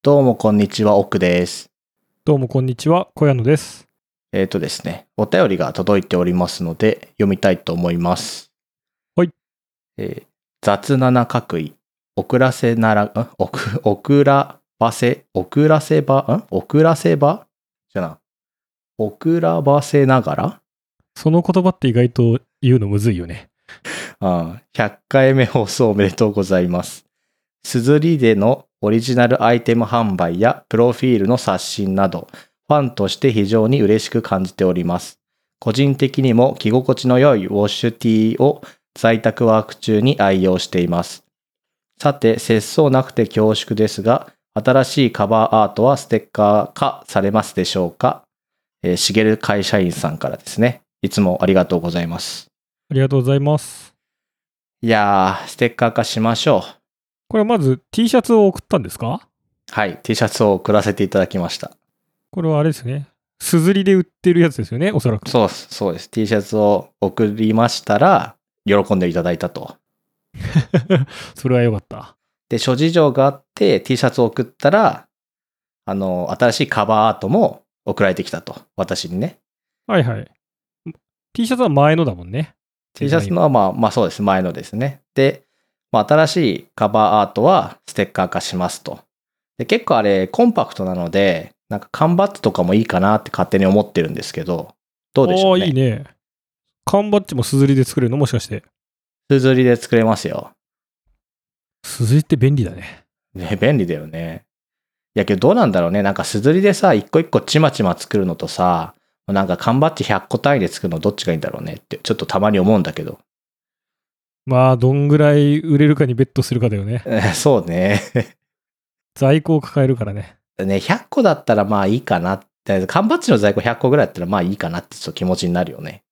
どうもこんにちは、奥です。どうもこんにちは、小屋野です。えっ、とですね、お便りが届いておりますので、読みたいと思います。はい。えー雑七角位、遅らせなら、んおく遅らばせ、遅らせば、ん遅らせばじゃな。遅らばせながらその言葉って意外と言うのむずいよね。ああ100回目放送おめでとうございます。すずりでのオリジナルアイテム販売やプロフィールの刷新など、ファンとして非常に嬉しく感じております。個人的にも着心地の良いウォッシュティーを在宅ワーク中に愛用しています。さて、節操なくて恐縮ですが、新しいカバーアートはステッカー化されますでしょうかえー、しげる会社員さんからですね。いつもありがとうございます。ありがとうございます。いやー、ステッカー化しましょう。これはまず T シャツを送ったんですかはい、T シャツを送らせていただきました。これはあれですね。すずりで売ってるやつですよね、おそらく。そうです、そうです。T シャツを送りましたら、喜んでいただいたと。 それはよかった。で、諸事情があって T シャツを送ったら、あの、新しいカバーアートも送られてきたと。私にね。はいはい。T シャツは前のだもんね。 T シャツのはまあ、まあそうです。前のですね。で、まあ新しいカバーアートはステッカー化しますと。で、結構あれ、コンパクトなので、なんか缶バッジとかもいいかなって勝手に思ってるんですけど、どうでしょうああ、いいね。缶バッジもすずりで作れるのもしかして。すずりで作れますよ。すずりって便利だね。ね、便利だよね。いやけどどうなんだろうね。なんかすずりでさ、一個一個ちまちま作るのとさ、なんか缶バッジ100個単位で作るのどっちがいいんだろうねって、ちょっとたまに思うんだけど。 まあ、どんぐらい売れるかにベットするかだよね。えーそうね。在庫を抱えるからね。ね、100個だったらまあいいかなって、缶バッジの在庫100個ぐらいだったらまあいいかなってちょっと気持ちになるよね。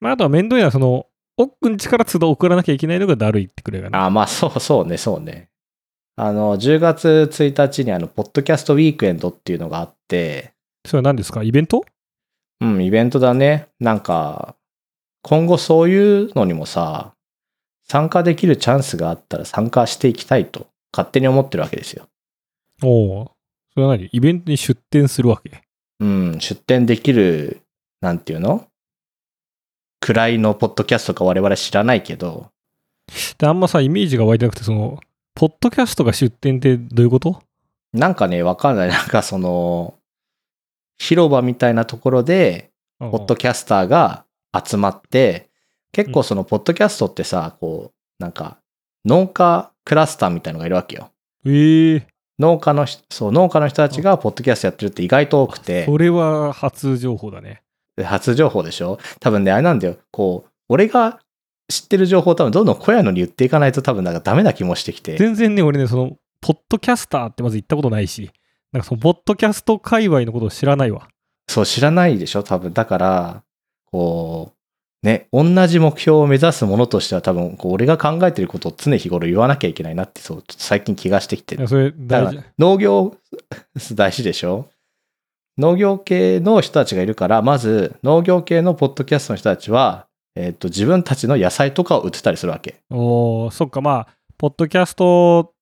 まあ、あとは面倒いのは、その、奥んちから都度送らなきゃいけないのがだるいってくれいかな。あーまあそうそうね、そうね。あの、10月1日にあの、ポッドキャストウィークエンドっていうのがあって、それは何ですかイベントうん、イベントだね。なんか、今後そういうのにもさ、参加できるチャンスがあったら参加していきたいと勝手に思ってるわけですよ。おお。それは何イベントに出店するわけうん、出展できる、なんていうの位のポッドキャストか我々知らないけど、で、あんまさ、イメージが湧いてなくて、その、ポッドキャストが出店ってどういうことなんかね、わかんない。なんかその、広場みたいなところで、ポッドキャスターが集まって、結構そのポッドキャストってさ、こう、なんか、農家クラスターみたいのがいるわけよ。ええ農家の人、そう、農家の人たちがポッドキャストやってるって意外と多くてそ、れは初情報だね。初情報でしょ多分ね、あれなんだよ。こう、俺が知ってる情報を多分どんどん小屋のに言っていかないと多分なんかダメな気もしてきて。全然ね、俺ね、その、ポッドキャスターってまず言ったことないし、なんかその、ポッドキャスト界隈のことを知らないわ。そう、知らないでしょ多分。だから、こう、ね、同じ目標を目指すものとしては多分、こう俺が考えてることを常日頃言わなきゃいけないなって、そう、ちょっと最近気がしてきていやそれ大だか事ら。農業大事でしょ農業系の人たちがいるからまず農業系のポッドキャストの人たちは、えっと自分たちの野菜とかを売ってたりするわけおお、そっか、まあ、ポッドキャスト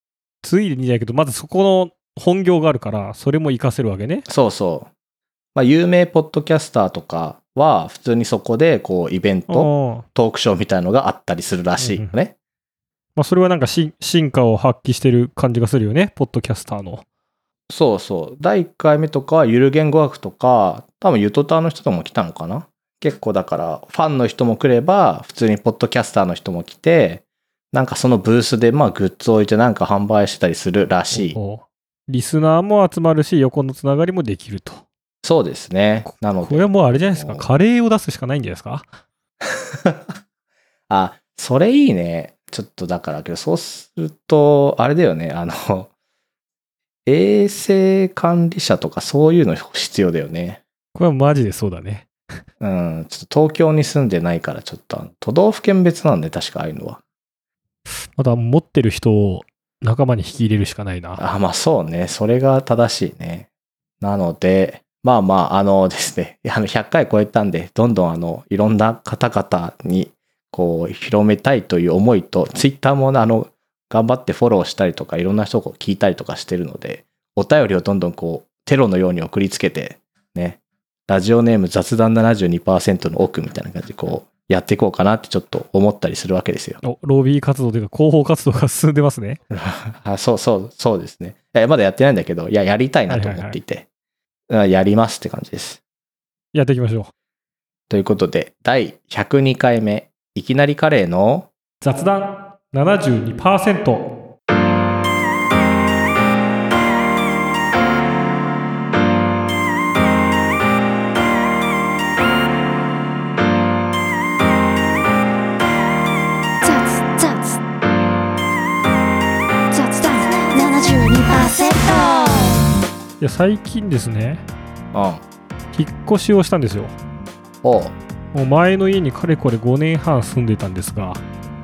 ついでにだけど、まずそこの本業があるから、それも活かせるわけね。そうそう、まあ、有名ポッドキャスターとかは普通にそこでこうイベントおートークショーみたいのがあったりするらしいよね、まあ、それはなんかし進化を発揮してる感じがするよね、ポッドキャスターの。そうそう第1回目とかはゆる言語学とか多分ゆとたの人とも来たのかな結構だからファンの人も来れば普通にポッドキャスターの人も来てなんかそのブースでまあグッズを置いてなんか販売してたりするらしいおうリスナーも集まるし、横のつながりもできると。そうですねなのこれはでもうあれじゃないですおか、うカレーを出すしかないんじゃないですか。あそれいいねちょっとだからけどそうするとあれだよねあの衛生管理者とかそういうの必要だよねこれはマジでそうだね。うんちょっと東京に住んでないからちょっとあの都道府県別なんで確かああいうのはまた持ってる人を仲間に引き入れるしかないな。あ、まあそうね。それが正しいね。なので、まあまあ、あのですね、 あの100回超えたんで、どんどんあの、いろんな方々に、こう、広めたいという思いと、ツイッターもねあの、頑張ってフォローしたりとか、いろんな人をこう聞いたりとかしてるので、お便りをどんどんこう、テロのように送りつけて、ね、ラジオネーム雑談72%の奥みたいな感じでこう、やっていこうかなってちょっと思ったりするわけですよ。おロビー活動というか広報活動が進んでますね。あそうそう、そうですね。いやまだやってないんだけど、いや、やりたいなと思っていて、うんやりますって感じです。やっていきましょう。ということで、第102回目、いきなりカレーの、雑談72%。雑雑雑談72%いや、最近ですね、うん、引っ越しをしたんですよ。おう、もう前の家にかれこれ5年半住んでたんですが、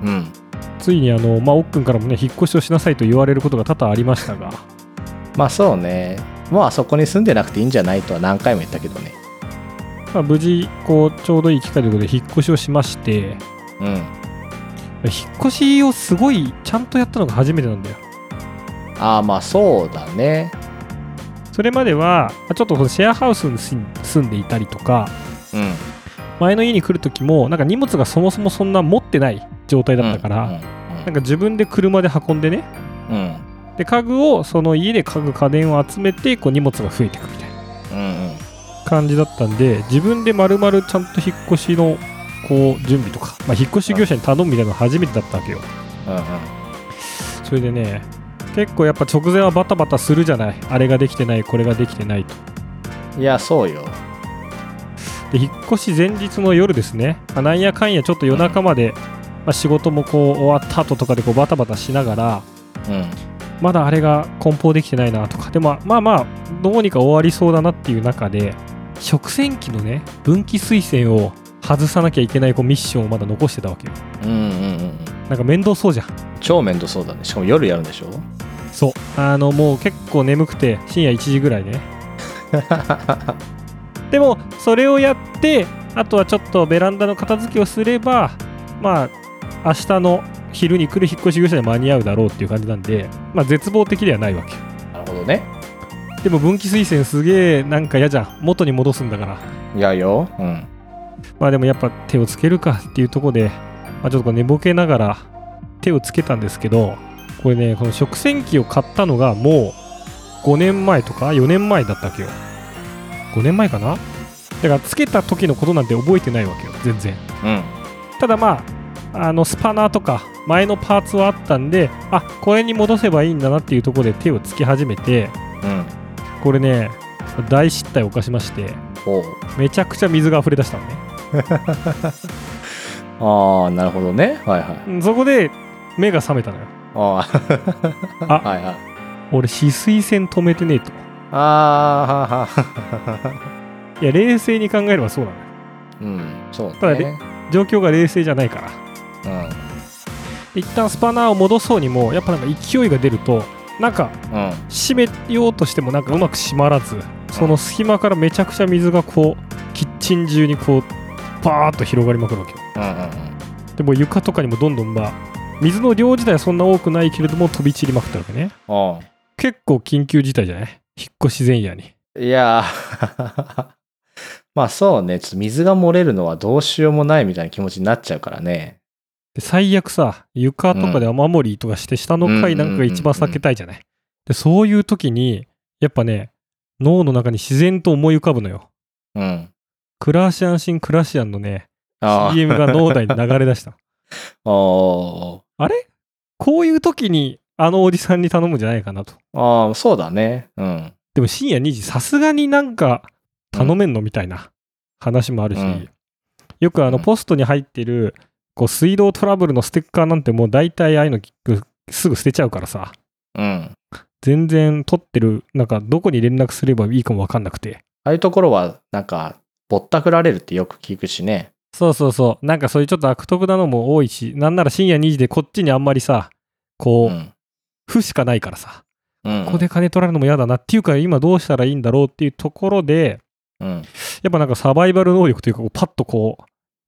うん、ついにあの、まあ、奥君からもね、引っ越しをしなさいと言われることが多々ありま したが、まあそうね。もうあそこに住んでなくていいんじゃないとは何回も言ったけどね。まあ、無事、こう、ちょうどいい機会ということで引っ越しをしまして、うん。引っ越しをすごいちゃんとやったのが初めてなんだよ。ああ、まあそうだね。それまでは、あちょっとこのシェアハウスに住ん住んでいたりとか、うん。前の家に来るときも、なんか荷物がそもそもそんな持ってない状態だったから、なんか自分で車で運んでね、うん。うん。で家具をその家で家具家電を集めてこう荷物が増えていくみたいなうん。うん。感じだったんで自分で丸々ちゃんと引っ越しのこう準備とか、まあ、引っ越し業者に頼むみたいなの初めてだったわけようん。それでね結構やっぱ直前はバタバタするじゃないあれができてないこれができてないとうん。いや、そうよ。で引っ越し前日の夜ですね、まあなんやかんやちょっと夜中まで、まあ、仕事もこう終わった後とかでこうバタバタしながらうん。まだあれが梱包できてないなとかでもまあまあどうにか終わりそうだなっていう中で食洗機のね分岐水栓を外さなきゃいけないこうミッションをまだ残してたわけようんうんうん。なんか面倒そうじゃん超面倒そうだね。しかも夜やるんでしょそうあのもう結構眠くて深夜1時ぐらい ねでもそれをやってあとはちょっとベランダの片付けをすればまあ明日の昼に来る引っ越し業者で間に合うだろうっていう感じなんでまあ絶望的ではないわけよなるほどね。でも分岐水栓すげえなんか嫌じゃん元に戻すんだからいやよ。うん。まあでもやっぱ手をつけるかっていうところで、まあ、ちょっとこう寝ぼけながら手をつけたんですけどこれねこの食洗機を買ったのがもう5年前とか4年前だったわけよ5年前かなだからつけた時のことなんて覚えてないわけよ全然うん。ただまああのスパナーとか前のパーツはあったんであこれに戻せばいいんだなっていうところで手をつき始めてうん。これね大失態を犯しましておめちゃくちゃ水が溢れ出したのねうああ、なるほどね。はいはい。うんそこで目が覚めたのよああ。あ はいはい。俺止水栓止めてねえとああ。いや冷静に考えればそうなのようん。そうただだねね。状況が冷静じゃないからうん。一旦スパナーを戻そうにもやっぱなんか勢いが出るとなんかうん。締めようとしてもなんかうまく締まらずその隙間からめちゃくちゃ水がこうキッチン中にこうパーッと広がりまくるわけようんうんうん。でもう床とかにもどんどんまあ水の量自体はそんな多くないけれども飛び散りまくったわけねおう結構緊急事態じゃない引っ越し前夜にいやー まあそうね、ちょっと水が漏れるのはどうしようもないみたいな気持ちになっちゃうからね。で最悪さ床とかで雨漏りとかして下の階なんかが一番避けたいじゃない、でそういう時にやっぱね脳の中に自然と思い浮かぶのようん。クラシアンシンクラシアンのねあー CM が脳内に流れ出した おーこういう時にあのおじさんに頼むんじゃないかなとあー、そうだね。うん。でも深夜2時さすがになんか頼めんのみたいな話もあるし、うんよくあのうんポストに入ってるこう水道トラブルのステッカーなんてもう大体ああいうのすぐ捨てちゃうからさうん。全然撮ってる、なんかどこに連絡すればいいかもわかんなくて。ああいうところは、なんか、ぼったくられるってよく聞くしね。そうそうそう。なんかそういうちょっと悪徳なのも多いし、なんなら深夜2時でこっちにあんまりさ、うこう、ん。負しかないからさ、うん。ここで金取られるのも嫌だなっていうか、今どうしたらいいんだろうっていうところで、うん。やっぱなんかサバイバル能力というか、こうパッとこう、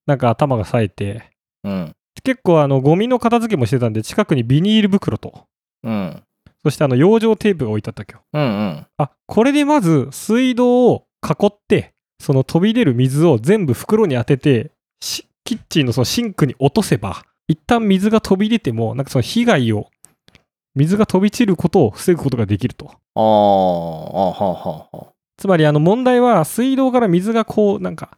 なんか頭が冴えて、うん。結構あの、ゴミの片付けもしてたんで、近くにビニール袋と、うん。そそしてあの養生テープが置いてあったっけようんうん。あこれでまず水道を囲ってその飛び出る水を全部袋に当ててしキッチンのそのシンクに落とせば一旦水が飛び出てもなんかその被害を水が飛び散ることを防ぐことができるとあーあ、はあはあはあ。つまりあの問題は水道から水がこうなんか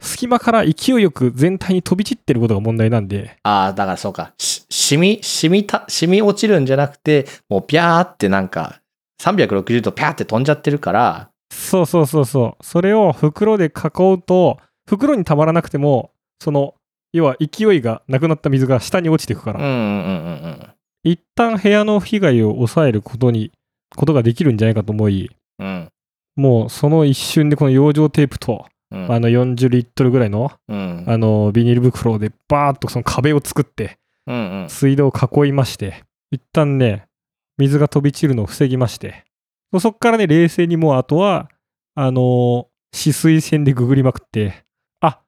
隙間から勢いよく全体に飛び散ってることが問題なんでああ、だからそうか。し、染み、染みた、染み落ちるんじゃなくて、もうピャーってなんか、360度ピャーって飛んじゃってるから、そうそうそうそうそれを袋で囲うと袋にたまらなくてもその要は勢いがなくなった水が下に落ちていくかうらんうんうんうんうん。一旦部屋の被害を抑えることにことができるんじゃないかと思いうん。もうその一瞬でこの養生テープと、うん。あの40リットルぐらいのうん。あのビニール袋でバーッとその壁を作ってうんうん。水道を囲いまして一旦ね水が飛び散るのを防ぎましてそこからね冷静にもうあとはあの止水栓でググりまくってあ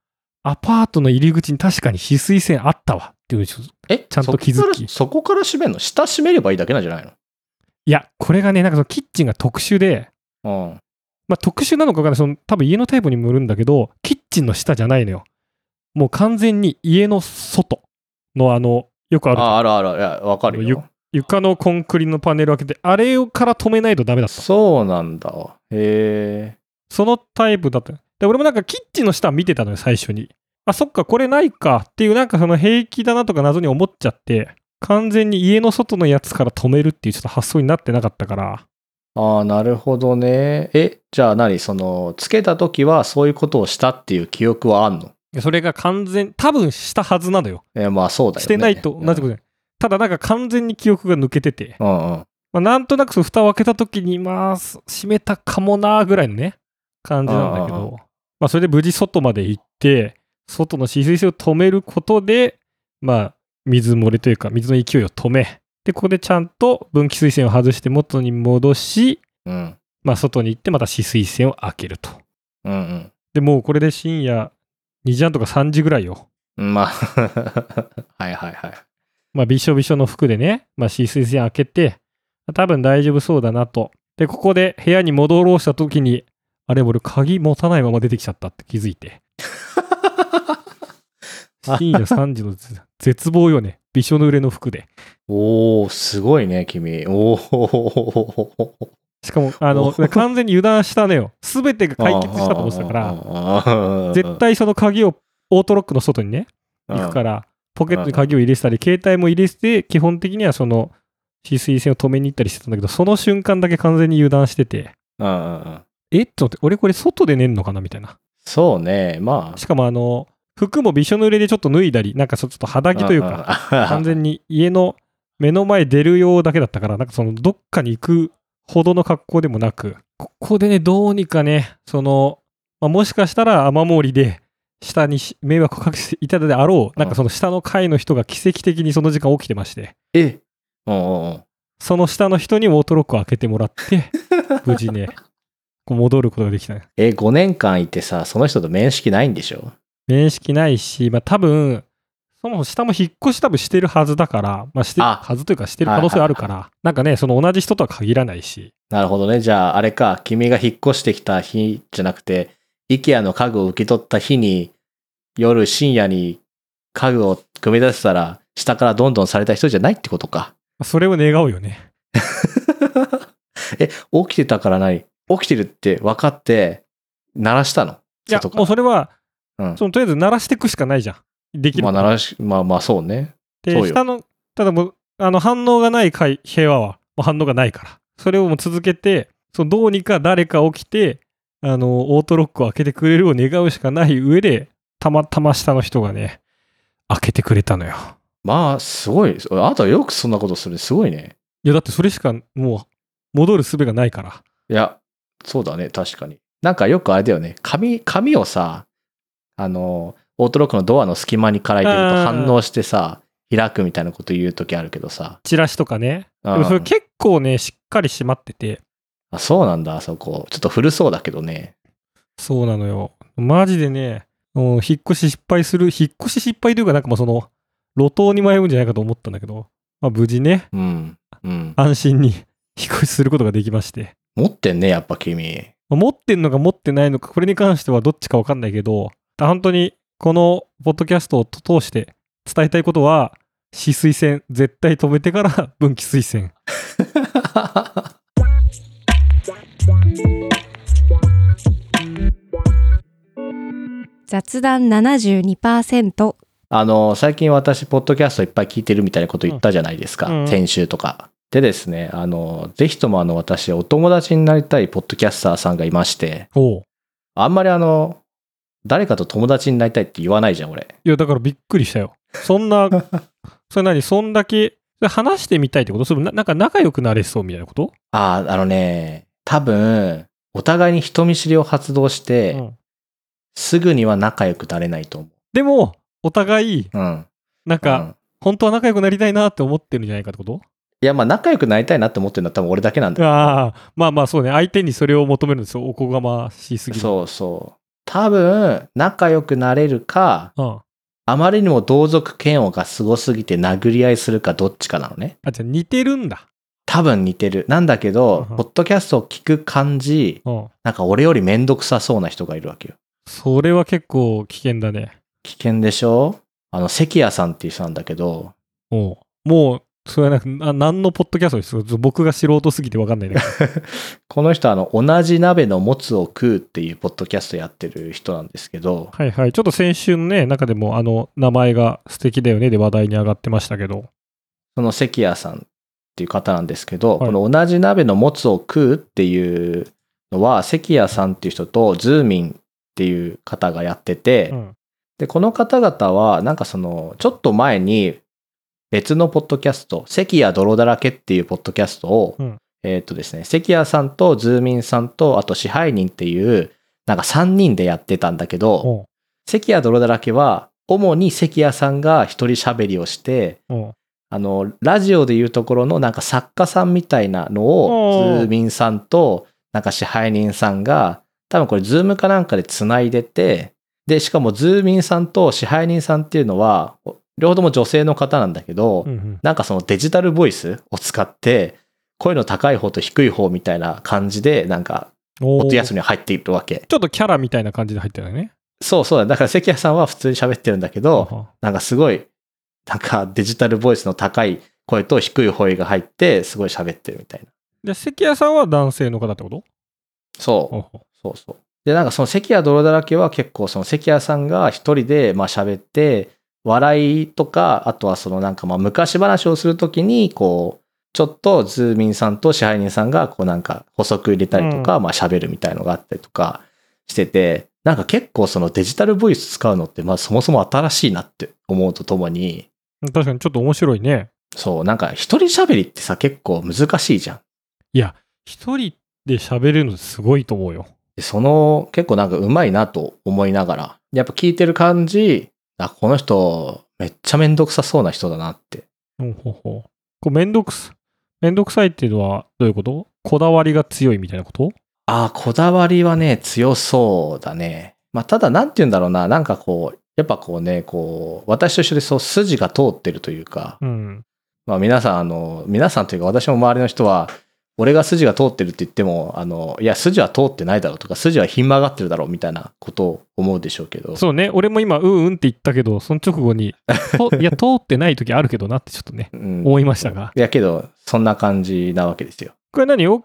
アパートの入り口に確かに止水栓あったわっていうえ、ちゃんと気づそこかきらそこから閉めるの下閉めればいいだけなんじゃないいやこれがねなんかそのキッチンが特殊でのうん。まあ、特殊なのかわかんないその多分家のタイプにもよるんだけどキッチンの下じゃないのよもう完全に家の外のあのよくあるあ、あるあるある。いやわかるゆよ。床のコンクリのパネルを開けてあれをから止めないとダメだったそうなんだ。へえ。そのタイプだったで俺もなんかキッチンの下見てたのよ最初にあそっかこれないかっていうなんかその平気だなとか謎に思っちゃって完全に家の外のやつから止めるっていうちょっと発想になってなかったからああ、なるほどね。え、じゃあ何その、つけた時はそういうことをしたっていう記憶はあんのそれが完全多分したはずなのよえ、まあそうだよね。してないと同じことじゃない、ただなんか完全に記憶が抜けてて、と。うんうん。まあ、なんとなくその蓋を開けた時にまあす閉めたかもなーぐらいのね感じなんだけあーどまあそれで無事外まで行って外の止水栓を止めることでまあ水漏れというか水の勢いを止めでここでちゃんと分岐水栓を外して元に戻しうん。まあ外に行ってまた止水栓を開けるとうんうん。でもうこれで深夜2時半とか3時ぐらいよ まあ、はいはいはい。まあ、びしょびしょの服でね、まあ、止水栓開けて、多分大丈夫そうだなと。で、ここで部屋に戻ろうした時に、あれ、俺、鍵持たないまま出てきちゃったって気づいて。深夜3時の絶絶望よね。びしょ濡れの服で。おー、すごいね、君。おー。しかも、あの、お完全に油断したのよ。すべてが解決したと思ってたから、ら。絶対その鍵をオートロックの外にね、行くからら、ポケットに鍵を入れてたり、携帯も入れてて、基本的にはその、止水栓を止めに行ったりしてたんだけど、その瞬間だけ完全に油断してて、うんうんうん。えっと思って、俺これ外で寝るのかなみたいな。そうね、まあ。しかもあの、服もびしょ濡れでちょっと脱いだり、なんかそうちょっと肌着というか、か完全に家の目の前出る用だけだったから、なんかそのどっかに行くほどの格好でもなく、ここでね、どうにかね、その、まあ、もしかしたら雨漏りで、下にし迷惑をかけていたであろう、なんかその下の階の人が奇跡的にその時間起きてまして、 えうんうんうん。その下の人にオートロックを開けてもらって、無事 ね、こう戻ることができた。え、5年間いてさ、その人と面識ないんでしょ面識ないし、まあ、多分そもそも下も引っ越し多分してるはずだから、まあ、してるあはずというかしてる可能性あるから、なんかねその同じ人とは限らないしなるほどね。じゃあ、あれか、君が引っ越してきた日じゃなくて、IKEA の家具を受け取った日に、夜深夜に家具を組み出せたら、下からどんどんされた人じゃないってことか。 まあそれを願うよねえ、起きてたから何起きてるって分かって、鳴らしたのいや外からもうそれは、うんそのとりあえず鳴らしていくしかないじゃんできるまあ、こと鳴らし、まあまあそうね。でそうよ下のただもうあの反応がない会平和はもう反応がないからそれをもう続けてそのどうにか誰か起きてあのオートロックを開けてくれるを願うしかない上でたまたま下の人がね開けてくれたのよまあ、すごい。あなたはよくそんなことする。すごいね。いやだってそれしかもう戻る術がないから。いや、そうだね。確かに。なんかよくあれだよね。紙、紙をさ、あの、オートロックのドアの隙間にからいてるとあー反応してさ、開くみたいなこと言うときあるけどさ。チラシとかね。うでんもそれ結構ね、しっかり閉まってて。あそうなんだ、あそこ。ちょっと古そうだけどね。そうなのよ。マジでね、もう引っ越し失敗する、引っ越し失敗というかなんかもうその、路頭に迷うんじゃないかと思ったんだけど、まあ無事ね、うん。うん。安心に 引っ越しすることができまして。持ってんね、やっぱ君。 まあ持ってんのか持ってないのか、これに関してはどっちかわかんないけど、本当にこのポッドキャストを通して伝えたいことは、止水線、絶対止めてから分岐水線。雑談72%あの、最近私、ポッドキャストいっぱい聞いてるみたいなこと言ったじゃないですか。うんうん先週とか。でですね、あの、ぜひともあの、私、お友達になりたいポッドキャスターさんがいまして、おうあんまりあの、誰かと友達になりたいって言わないじゃん、俺。いや、だからびっくりしたよ。そ んな、それ何そんだけ、それ話してみたいってことそれななんか仲良くなれそうみたいなこと、ああ、あのね、多分、お互いに人見知りを発動して、うんすぐには仲良くなれないと思でも、お互い、う。うん。なんうか、ん本当は仲良くなりたいなって思ってるんじゃないかってこといや、まあ、仲良くなりたいなって思ってるのは多分俺だけなんだよああ、まあまあそうね。相手にそれを求めるんですよ。おこがましすぎる。そうそう。多分、仲良くなれるか、うん。あ、あまりにも同族嫌悪がすごすぎて殴り合いするかどっちかなのね。じゃあ似てるんだ。多分似てる。なんだけどう、んポッドキャストを聞く感じ、うん。なんか俺よりめんどくさそうな人がいるわけよ。それは結構危険だね。危険でしょあの、関谷さんっていう人なんだけど、おうもう、それはなんか、な何のポッドキャストですか僕が素人すぎてわかんないね。この人はあの、同じ鍋のもつを食うっていうポッドキャストやってる人なんですけど、はいはい。ちょっと先週のね、中でも、あの、名前が素敵だよねで話題に上がってましたけど。その関谷さんっていう方なんですけど、はこいの同じ鍋のもつを食うっていうのは、関谷さんっていう人とズーミンっていう方がやってて、うん。で、この方々は、なんかその、ちょっと前に別のポッドキャスト、関谷泥だらけっていうポッドキャストを、うんえーっとですね、関谷さんとズーミンさんと、あと支配人っていう、なんか3人でやってたんだけど、おう関谷泥だらけは、主に関谷さんが一人喋りをして、おうあの、ラジオでいうところのなんか作家さんみたいなのおを、ーズーミンさんと、なんか支配人さんが、多分これズームかなんかで繋いでて、で、しかもズーミンさんと支配人さんっていうのは、両方とも女性の方なんだけど、うんうん。なんかそのデジタルボイスを使って、声の高い方と低い方みたいな感じで、なんか、おポッドうちキょャストに入っているわけ。っとキャラみたいな感じで入ってるよね。そうそうだ。だから関谷さんは普通に喋ってるんだけど、ははなんかすごい、なんかデジタルボイスの高い声と低い声が入って、すごい喋ってるみたいな。じゃあ関谷さんは男性の方ってことそう。おうそうそう。で、なんかその関谷泥だらけは結構その関谷さんが一人でまあ喋って、笑いとか、あとはそのなんかまあ昔話をするときに、こう、ちょっとズーミンさんと支配人さんがこうなんか補足入れたりとか、まあ喋るみたいのがあったりとかしてて、なんか結構そのデジタルボイス使うのってまあそもそも新しいなって思うとともに、確かにちょっと面白いね。そう、なんか一人喋りってさ、結構難しいじゃん。一人で喋れるのすごいと思うよ。でその、結構なんかうまいなと思いながら、やっぱ聞いてる感じ、あ、この人、めっちゃめんどくさそうな人だなって。ほうほうほう。こうめんどくす、めんどくさいっていうのはどういうことこだわりが強いみたいなことあーこだわりはね、強そうだね。まあ、ただ、なんて言うんだろうな、なんかこう、やっぱこうね、こう、私と一緒でそう、筋が通ってるというか、うん。まあ皆さん、あの、皆さんというか私も周りの人は、俺が筋が通ってるって言っても、あの、いや、筋は通ってないだろうとか、筋はひん曲がってるだろうみたいなことを思うでしょうけど。そうね。俺も今、うんうんって言ったけど、その直後に、といや、通ってない時あるけどなってちょっとね、うん思いましたが。いやけど、そんな感じなわけですよ。これ何お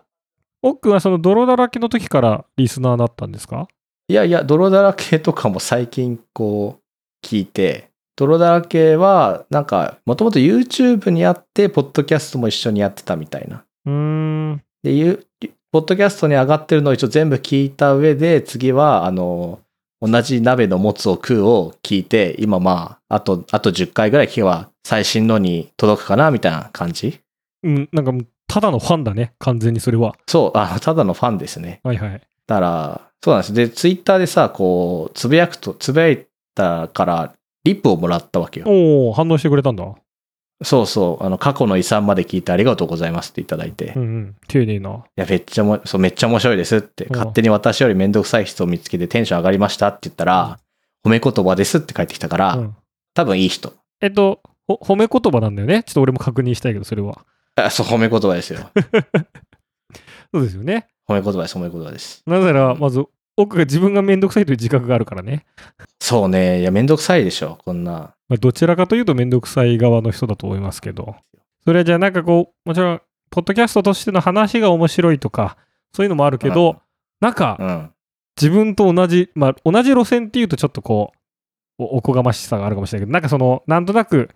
おっくんはその泥だらけの時からリスナーだったんですかいやいや、泥だらけとかも最近こう、聞いて、泥だらけは、なんか、もともと YouTube にあって、ポッドキャストも一緒にやってたみたいな。うーん。で、ゆポッドキャストに上がってるのを一応全部聞いた上で、次は、あの、同じ鍋のもつを食うを聞いて、今まあ、あと、あと10回ぐらい聞けば、最新のに届くかな、みたいな感じ。うん、なんかもう、ただのファンだね。完全にそれは。そう、あの、ただのファンですね。はいはい。だから、そうなんです。で、ツイッターでさ、こう、つぶやくと、つぶやいたから、リップをもらったわけよ。おお反応してくれたんだ。うそうそう、あの、過去の遺産まで聞いてありがとうございますっていただいて、んいうん。丁寧な。や、めっちゃも、そう、めっちゃ面白いですって、ん勝手に私よりめんどくさい人を見つけてテンション上がりましたって言ったら、褒め言葉ですって返ってきたから、うん多分いい人。えっと、ほ褒め言葉なんだよね。ちょっと俺も確認したいけど、それは。あそう、褒め言葉ですよ。そうですよね。褒め言葉です、褒め言葉です。なぜなら、まず、奥が自分がめんどくさいという自覚があるからね。そうね。いや、めんどくさいでしょ、こんな。まあ、どちらかというとめんどくさい側の人だと思いますけど。それはじゃあなんかこう、もちろん、ポッドキャストとしての話が面白いとか、そういうのもあるけど、なんうか、ん。自分と同じ、まあ、同じ路線っていうとちょっとこう、おおこがましさがあるかもしれないけど、なんかその、なんとなく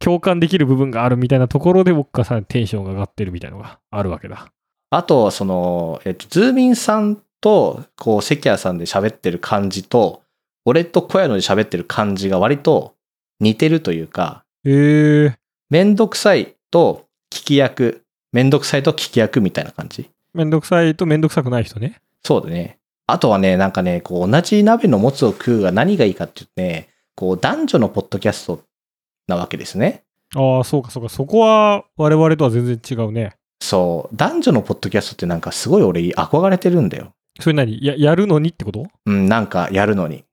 共感できる部分があるみたいなところで、僕がさらにテンションが上がってるみたいなのがあるわけだ。あと、その、えっと、ズーミンさんと、こう、関谷さんで喋ってる感じと、俺と小屋ので喋ってる感じが割と似てるというか、へえ。めんどくさいと聞き役、めんどくさいと聞き役みたいな感じ。めんどくさいとめんどくさくない人ね。そうだね。あとはね、なんかね、こう、同じ鍋のもつを食うが何がいいかっていうとね、こう、男女のポッドキャストなわけですね。ああ、そうかそうか。そこは我々とは全然違うね。そう、男女のポッドキャストってなんかすごい俺憧れてるんだよ。それ何ややるのにってことうん、なんかやるのに。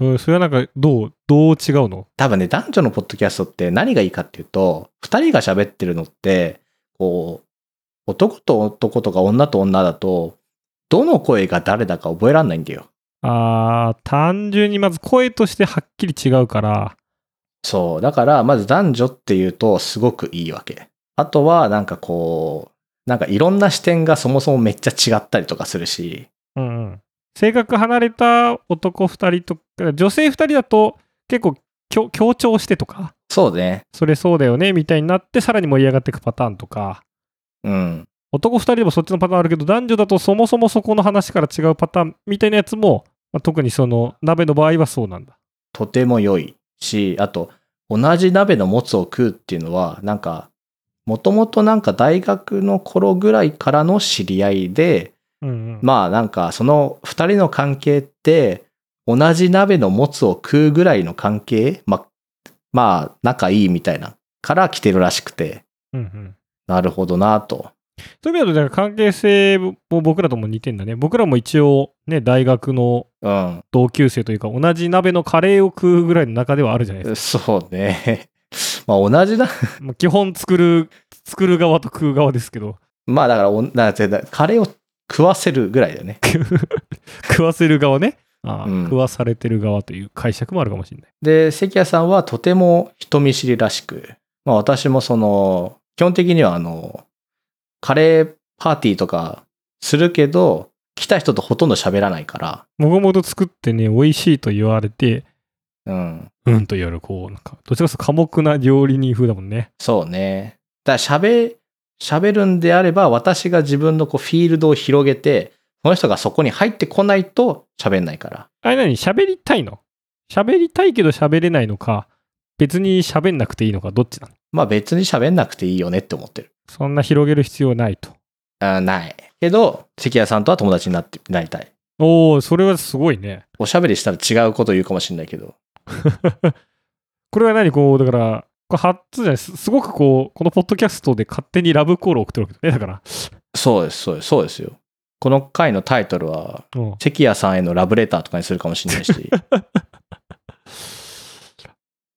うん、それはなんかどうどう違うの多分ね、男女のポッドキャストって何がいいかっていうと、二人が喋ってるのって、こう、男と男とか女と女だと、どの声が誰だか覚えらんないんだよ。あー単純にまず声としてはっきり違うからそう。だから、まず男女っていうと、すごくいいわけ。あとは、なんかこう、なんかいろんな視点がそもそもめっちゃ違ったりとかするし、うんうん性格離れた男2人とか女性2人だと結構強強調してとかそうね。それそうだよねみたいになってさらに盛り上がっていくパターンとかうん。男2人でもそっちのパターンあるけど男女だとそもそもそこの話から違うパターンみたいなやつも、まあ特にその鍋の場合はそうなんだとても良いし、あと、同じ鍋のもつを食うっていうのは、なんか、もともとなんか大学の頃ぐらいからの知り合いで、うんうんまあなんかその二人の関係って、同じ鍋のもつを食うぐらいの関係まあ、まあ仲いいみたいな、から来てるらしくて、うんうんなるほどなと。そういう意味だと、なんか関係性も僕らとも似てんだね。僕らも一応、ね、大学のうん。同級生というか、同じ鍋のカレーを食うぐらいの中ではあるじゃないですそうね。 まあ同じな、 か。まあ、基本作る、作る側と食う側ですけど、 まあだからおな、カレーを食わせるぐらいだよね。食わせる側ね。ああうん食わされてる側という解釈もあるかもしれない。で、関谷さんはとても人見知りらしく、まあ私もその、基本的にはあの、カレーパーティーとかするけど、来た人とほとんど喋らないかもともと作ってね、美味しいと言われて、ら、うん、うんと言われる、こう、なんか、どちらかというと寡黙な料理人風だもんね。そうね。だから喋、喋るんであれば、私が自分のこうフィールドを広げて、その人がそこに入ってこないと喋んないから。あれ何喋りたいの喋りたいけど喋れないのか、別に喋んなくていいのか、どっちなのまあ別に喋んなくていいよねって思ってる。そんな広げる必要ないと。あない。けど、関谷さんとは友達になって、なりたい。おお、それはすごいね。おしゃべりしたら違うこと言うかもしれないけど。これは何こう、だから、これ初じゃないすすごくこう、このポッドキャストで勝手にラブコールを送ってるわけだね。だから、そうです、そうです、そうですよ。この回のタイトルは、うん、関谷さんへのラブレターとかにするかもしれない し、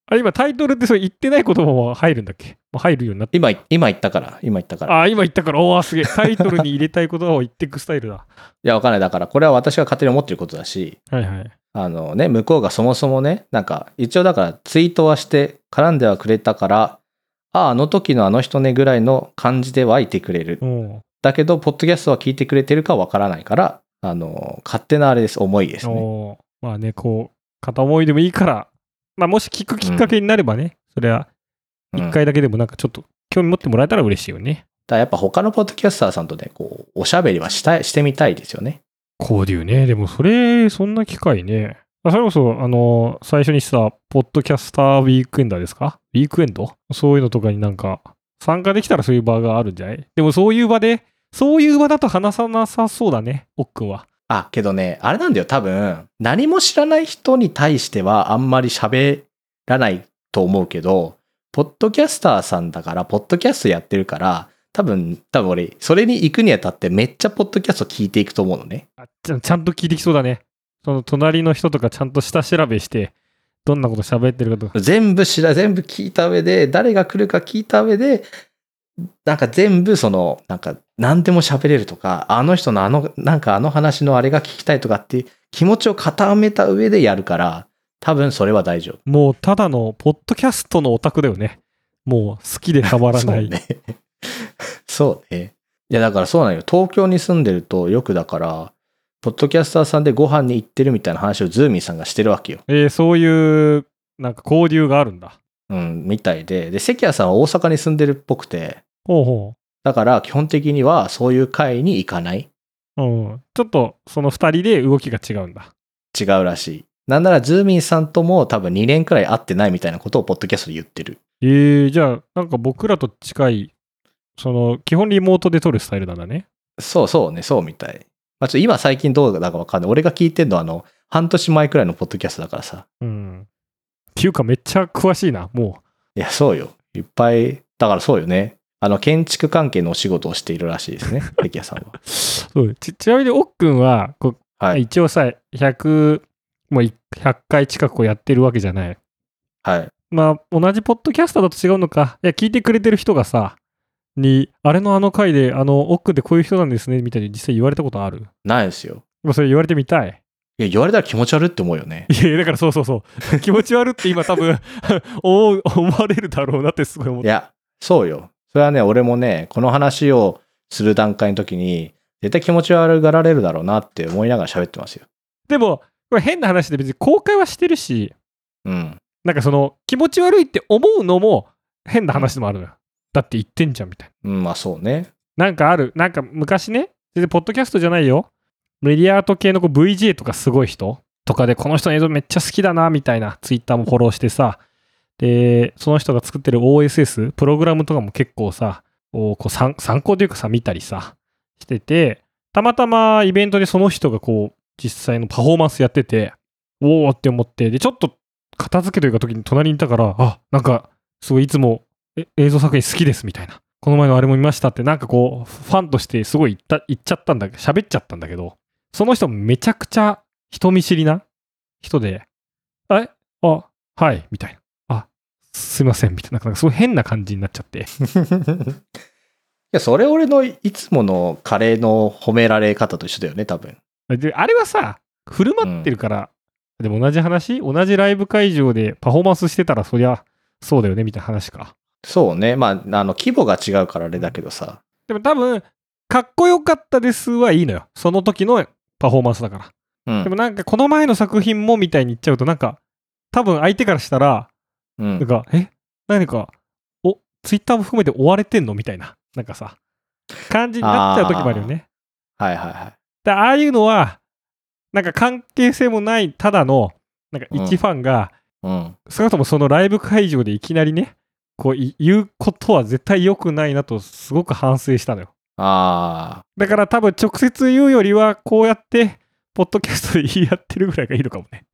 あれ今タイトルってそれ言ってない言葉も入るんだっけもう入るようになって。今、今言ったから、今言ったから。いああ、今言ったから、おお、すげえ。タイトルに入れたい言葉を言っていくスタイルだ。や、わかんない。だから、これは私が勝手に思ってることだし、 はいはい。あのね、向こうがそもそもね、なんか、一応だから、ツイートはして、絡んではくれたから、ああ、あの時のあの人ねぐらいの感じで湧いてくれるう。ん。だけど、ポッドキャストは聞いてくれてるかわからないから、あの、勝手なあれです、思いですね。おーまあね、こう、片思いでもいいから、まあもし聞くきっかけになればね、それはうん一回だけでもなんかちょっと興味持ってもらえたら嬉しいよね。だからやっぱ他のポッドキャスターさんとね、こう、おしゃべりはしたい、してみたいですよね。交流ね。でもそれ、そんな機会ね。あそれこそ、あの、最初にした、ポッドキャスターウィークエンダーですかウィークエンドそういうのとかになんか、参加できたらそういう場があるんじゃないでもそういう場で、そういう場だと話さなさそうだね、おっくんは。あ、けどね、あれなんだよ、多分、何も知らない人に対してはあんまり喋らないと思うけど、ポッドキャスターさんだから、ポッドキャストやってるから、多分、多分俺、それに行くにあたってめっちゃポッドキャスト聞いていくと思うのね。あちゃちゃんと聞いてきそうだね。その隣の人とかちゃんと下調べして、どんなこと喋ってるかとか。全部知ら、全部聞いた上で、誰が来るか聞いた上で、なんか全部その、なんか何でも喋れるとか、あの人のあの、なんかあの話のあれが聞きたいとかっていう気持ちを固めた上でやるから、多分それは大丈夫。もうただのポッドキャストのオタクだよね。もう好きでたまらない。そうね。 そうね。いや、だからそうなんよ。東京に住んでると、よくだから、ポッドキャスターさんでご飯に行ってるみたいな話をズーミーさんがしてるわけよ。えーそういうなんか交流があるんだ。うん、みたいで。で、関谷さんは大阪に住んでるっぽくて、ほうほ。だから基本的にはそういう会に行かないううん。ちょっとその2人で動きが違うんだ。違うらしい。なんならズーミンさんとも多分2年くらい会ってないみたいなことをポッドキャストで言ってる。えー、じゃあなんか僕らと近い、その基本リモートで撮るスタイルなんだね。そうそうね、そうみたい。まあ、ちょっと今最近どうだかわかんない。俺が聞いてんのはあの、半年前くらいのポッドキャストだからさ。うん。っていうかめっちゃ詳しいな、もいや、そうよ。いっぱい、だからそうよね。あの、建築関係のお仕事をしているらしいですね。関谷さんはう。。そうちちなみに奥くんはこうはい。一応さ、100、もう100回近くこうやってるわけじゃない。はい。まあ、同じポッドキャスターだと違うのか。いや、聞いてくれてる人がさ、に、あれのあの回で、あの、奥でこういう人なんですね、みたいに実際言われたことある。ないですよ。まあ、それ言われてみたい。いや、言われたら気持ち悪いって思うよね。いや、だからそうそうそう。気持ち悪って今多分、 思う思われるだろうなってすごい思っいて。や、そうよ。それはね、俺もね、この話をする段階の時に、絶対気持ち悪がられるだろうなって思いながら喋ってますよ。でも、これ変な話で別に公開はしてるし、うん。なんかその、気持ち悪いって思うのも変な話でもあるのよ。だって言ってんじゃん、みたいな。うん、まあそうね。 なんかある、なんか昔ね、全然ポッドキャストじゃないよ。メディアアート系のこう VJ とかすごい人とかで、この人の映像めっちゃ好きだな、みたいな、ツイッターもフォローしてさ、で、その人が作ってる OSS、プログラムとかも結構さ、こうこう参参考というかさ、見たりさ、してて、たまたまイベントでその人がこう、実際のパフォーマンスやってて、おーって思って、で、ちょっと片付けというか時に隣にいたから、あ、なんか、すごいいつもえ映像作品好きですみたいな。この前のあれも見ましたって、なんかこう、ファンとしてすごい言った言っちゃったんだけど、喋っちゃったんだけど、その人めちゃくちゃ人見知りな人で、えあ、はい、みたいな。あ、すいません、みたいな。なんかすごい変な感じになっちゃって。いや、それ俺のいつものカレーの褒められ方と一緒だよね、多分。で、あれはさ、振る舞ってるから、でも同じ話同じライブ会場でパフォーマンスしてたら、そりゃ、そうだよね、みたいな話か。そうね。まあ、あの、規模が違うからあれだけどさ。でも多分、かっこよかったですはいいのよ。その時のパフォーマンスだから。う んでも。なんかこの前の作品もみたいに言っちゃうとなんか多分相手からしたらうなんん、か、え何かおツイッターも含めて追われてんのみたいななんかさ感じになっちゃう時もあるよね。はいはいはだああいうのはなんか関係性もないただのなんか一ファンが、い。うん。少なくともそのライブ会場でいきなりねこうい言うことは絶対良くないなとすごく反省したのよ。ああ。だから多分直接言うよりはこうやってポッドキャストで言い合ってるぐらいがいいのかもね。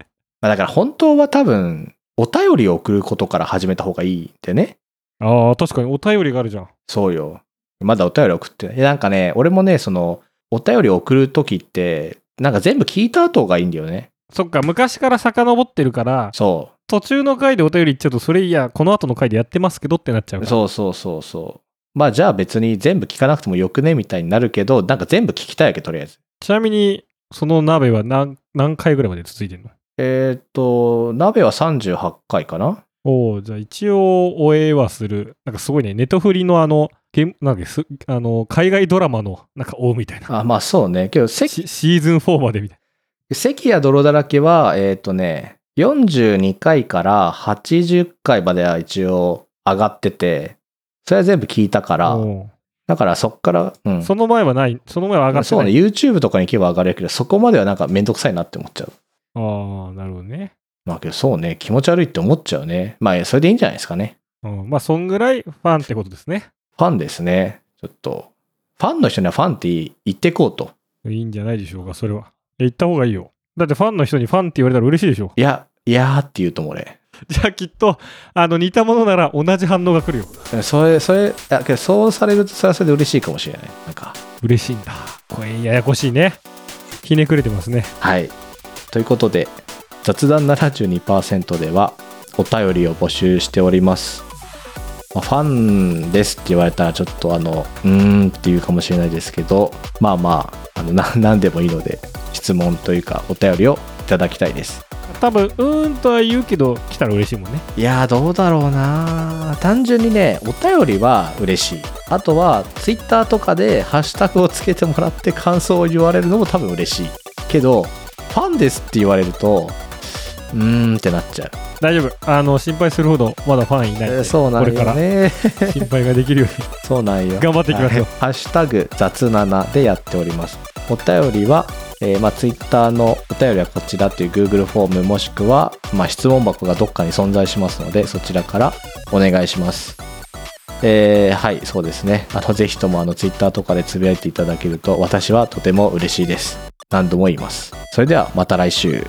まあ、だから本当は多分、お便りを送ることから始めた方がいいってね。ああ確かにお便りがあるじゃん。そうよ。まだお便り送ってない。いやなんかね、俺もね、その、お便りを送るときって、なんか全部聞いた後がいいんだよね。そっか、昔から遡ってるから、そ途中の回でお便り言っちゃうと、それいや、この後の回でやってますけどってなっちゃう。うから。そうそうそうそう。まあじゃあ別に全部聞かなくてもよくねみたいになるけど、なんか全部聞きたいわけ、とりあえず。ちなみに、その鍋は何何回ぐらいまで続いてんのえーっと、鍋は38回かなおおじゃあ一応、終えはする。なんかすごいね、ネトフリのあの、ゲームなんだっけすあの海外ドラマの、なんか、おみたいな。あ、まあそうね。けど、関シシーズン4までみたい関や泥だらけは、えーっとね、42回から80回までは一応上がってて、それは全部聞いたかな。ら、おだからそっから、うんー。その前はない、その前は上がってそなうね、い。 YouTube とかに行けば上がれるけど、そこまではなんかめんどくさいなって思っちゃう。ああ、なるほどね。まあけどそうね、気持ち悪いって思っちゃうね。まあ、それでいいんじゃないですかね。うん、まあ、そんぐらいファンってことですね。ファンですね。ちょっと、ファンの人にはファンって言ってこうと。いいんじゃないでしょうか、それは。いや言った方がいいよ。だってファンの人にファンって言われたら嬉しいでしょ。 いや、いやーって言うとも俺。じゃあきっと、あの、似たものなら同じ反応が来るよ。それ、それ、だけどそうされるとそれはそれで嬉しいかもしれない。なんか、嬉しいんだ。これ、ややこしいね。ひねくれてますね。はい。ということで、雑談72%ではお便りを募集しております。まあファンですって言われたらちょっとあのうーんっていうかもしれないですけどまあまああのな何でもいいので質問というかお便りをいただきたいです多分うーんとは言うけど来たら嬉しいもんねいやーどうだろうな単純にねお便りは嬉しいあとはツイッターとかでハッシュタグをつけてもらって感想を言われるのも多分嬉しいけどファンですって言われるとうーんってなっちゃう大丈夫あの心配するほどまだファンいないんえでーそうなんよねこれから心配ができるようにそうなんよ頑張っていきますよはいハッシュタグ雑7でやっております。お便りは、えーまあ、Twitter のお便りはこちらという Google フォームもしくは、まあ、質問箱がどっかに存在しますので、そちらからお願いします。えーはい、そうですね。あの、ぜひともあの、Twitter とかでつぶやいていただけると、私はとても嬉しいです。何度も言います。それでは、また来週。